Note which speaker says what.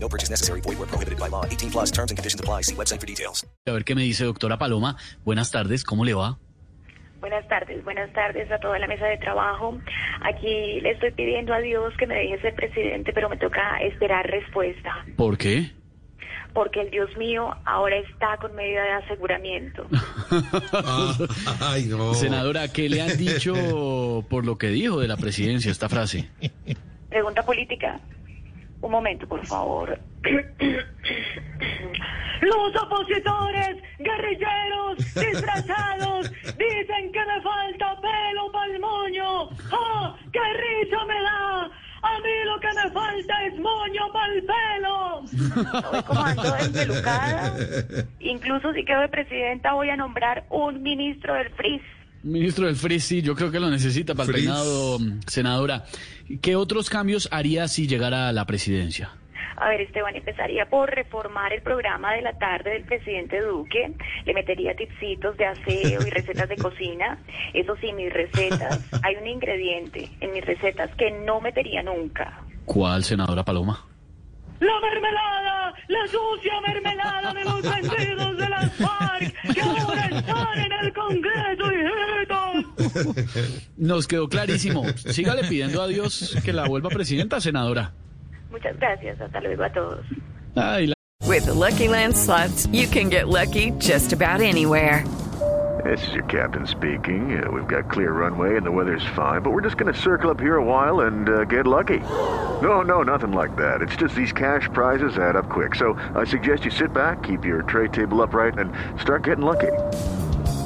Speaker 1: No purchase necessary. Void where prohibited by law. 18 plus terms and conditions apply. See website for details.
Speaker 2: A ver qué me dice doctora Paloma. Buenas tardes, ¿cómo le va?
Speaker 3: Buenas tardes, buenas tardes a toda la mesa de trabajo. Aquí le estoy pidiendo a Dios que me deje ser presidente, pero me toca esperar respuesta,
Speaker 2: ¿Por qué?
Speaker 3: porque el Dios mío ahora está con medida de aseguramiento.
Speaker 4: Ay, no.
Speaker 2: Senadora, ¿qué le han dicho por lo que dijo de la presidencia esta frase?
Speaker 3: Pregunta política. Un momento, por favor. Los opositores guerrilleros disfrazados dicen que me falta pelo pa'l moño. ¡Ah, qué risa me da! A mí lo que me falta es moño pa'l pelo. Estoy como ando despelucada. Incluso si quedo de presidenta voy a nombrar un ministro del FRIS.
Speaker 2: Ministro del Frizz, sí, yo creo que lo necesita para el
Speaker 4: Frizz.
Speaker 2: peinado, mm, senadora. ¿Qué otros cambios haría si llegara a la presidencia?
Speaker 3: A ver, Esteban, empezaría por reformar el programa de la tarde del presidente Duque. Le metería tipsitos de aseo y recetas de cocina. Eso sí, mis recetas, hay un ingrediente en mis recetas que no metería nunca.
Speaker 2: ¿Cuál, senadora Paloma?
Speaker 3: La mermelada, la sucia mermelada de los vendidos de las FARC que ahora están en el Congreso, hijitos.
Speaker 2: Nos quedó clarísimo. Sígale pidiendo a Dios que la vuelva presidenta, senadora.
Speaker 3: Muchas gracias, hasta luego a todos.
Speaker 2: Ay, la-
Speaker 5: With the Lucky Land slots, you can get lucky just about anywhere.
Speaker 6: This is your captain speaking. Uh, we've got clear runway and the weather's fine, but we're just going to circle up here a while and uh, get lucky. No, no, nothing like that. It's just these cash prizes add up quick. So I suggest you sit back, keep your tray table upright, and start getting lucky.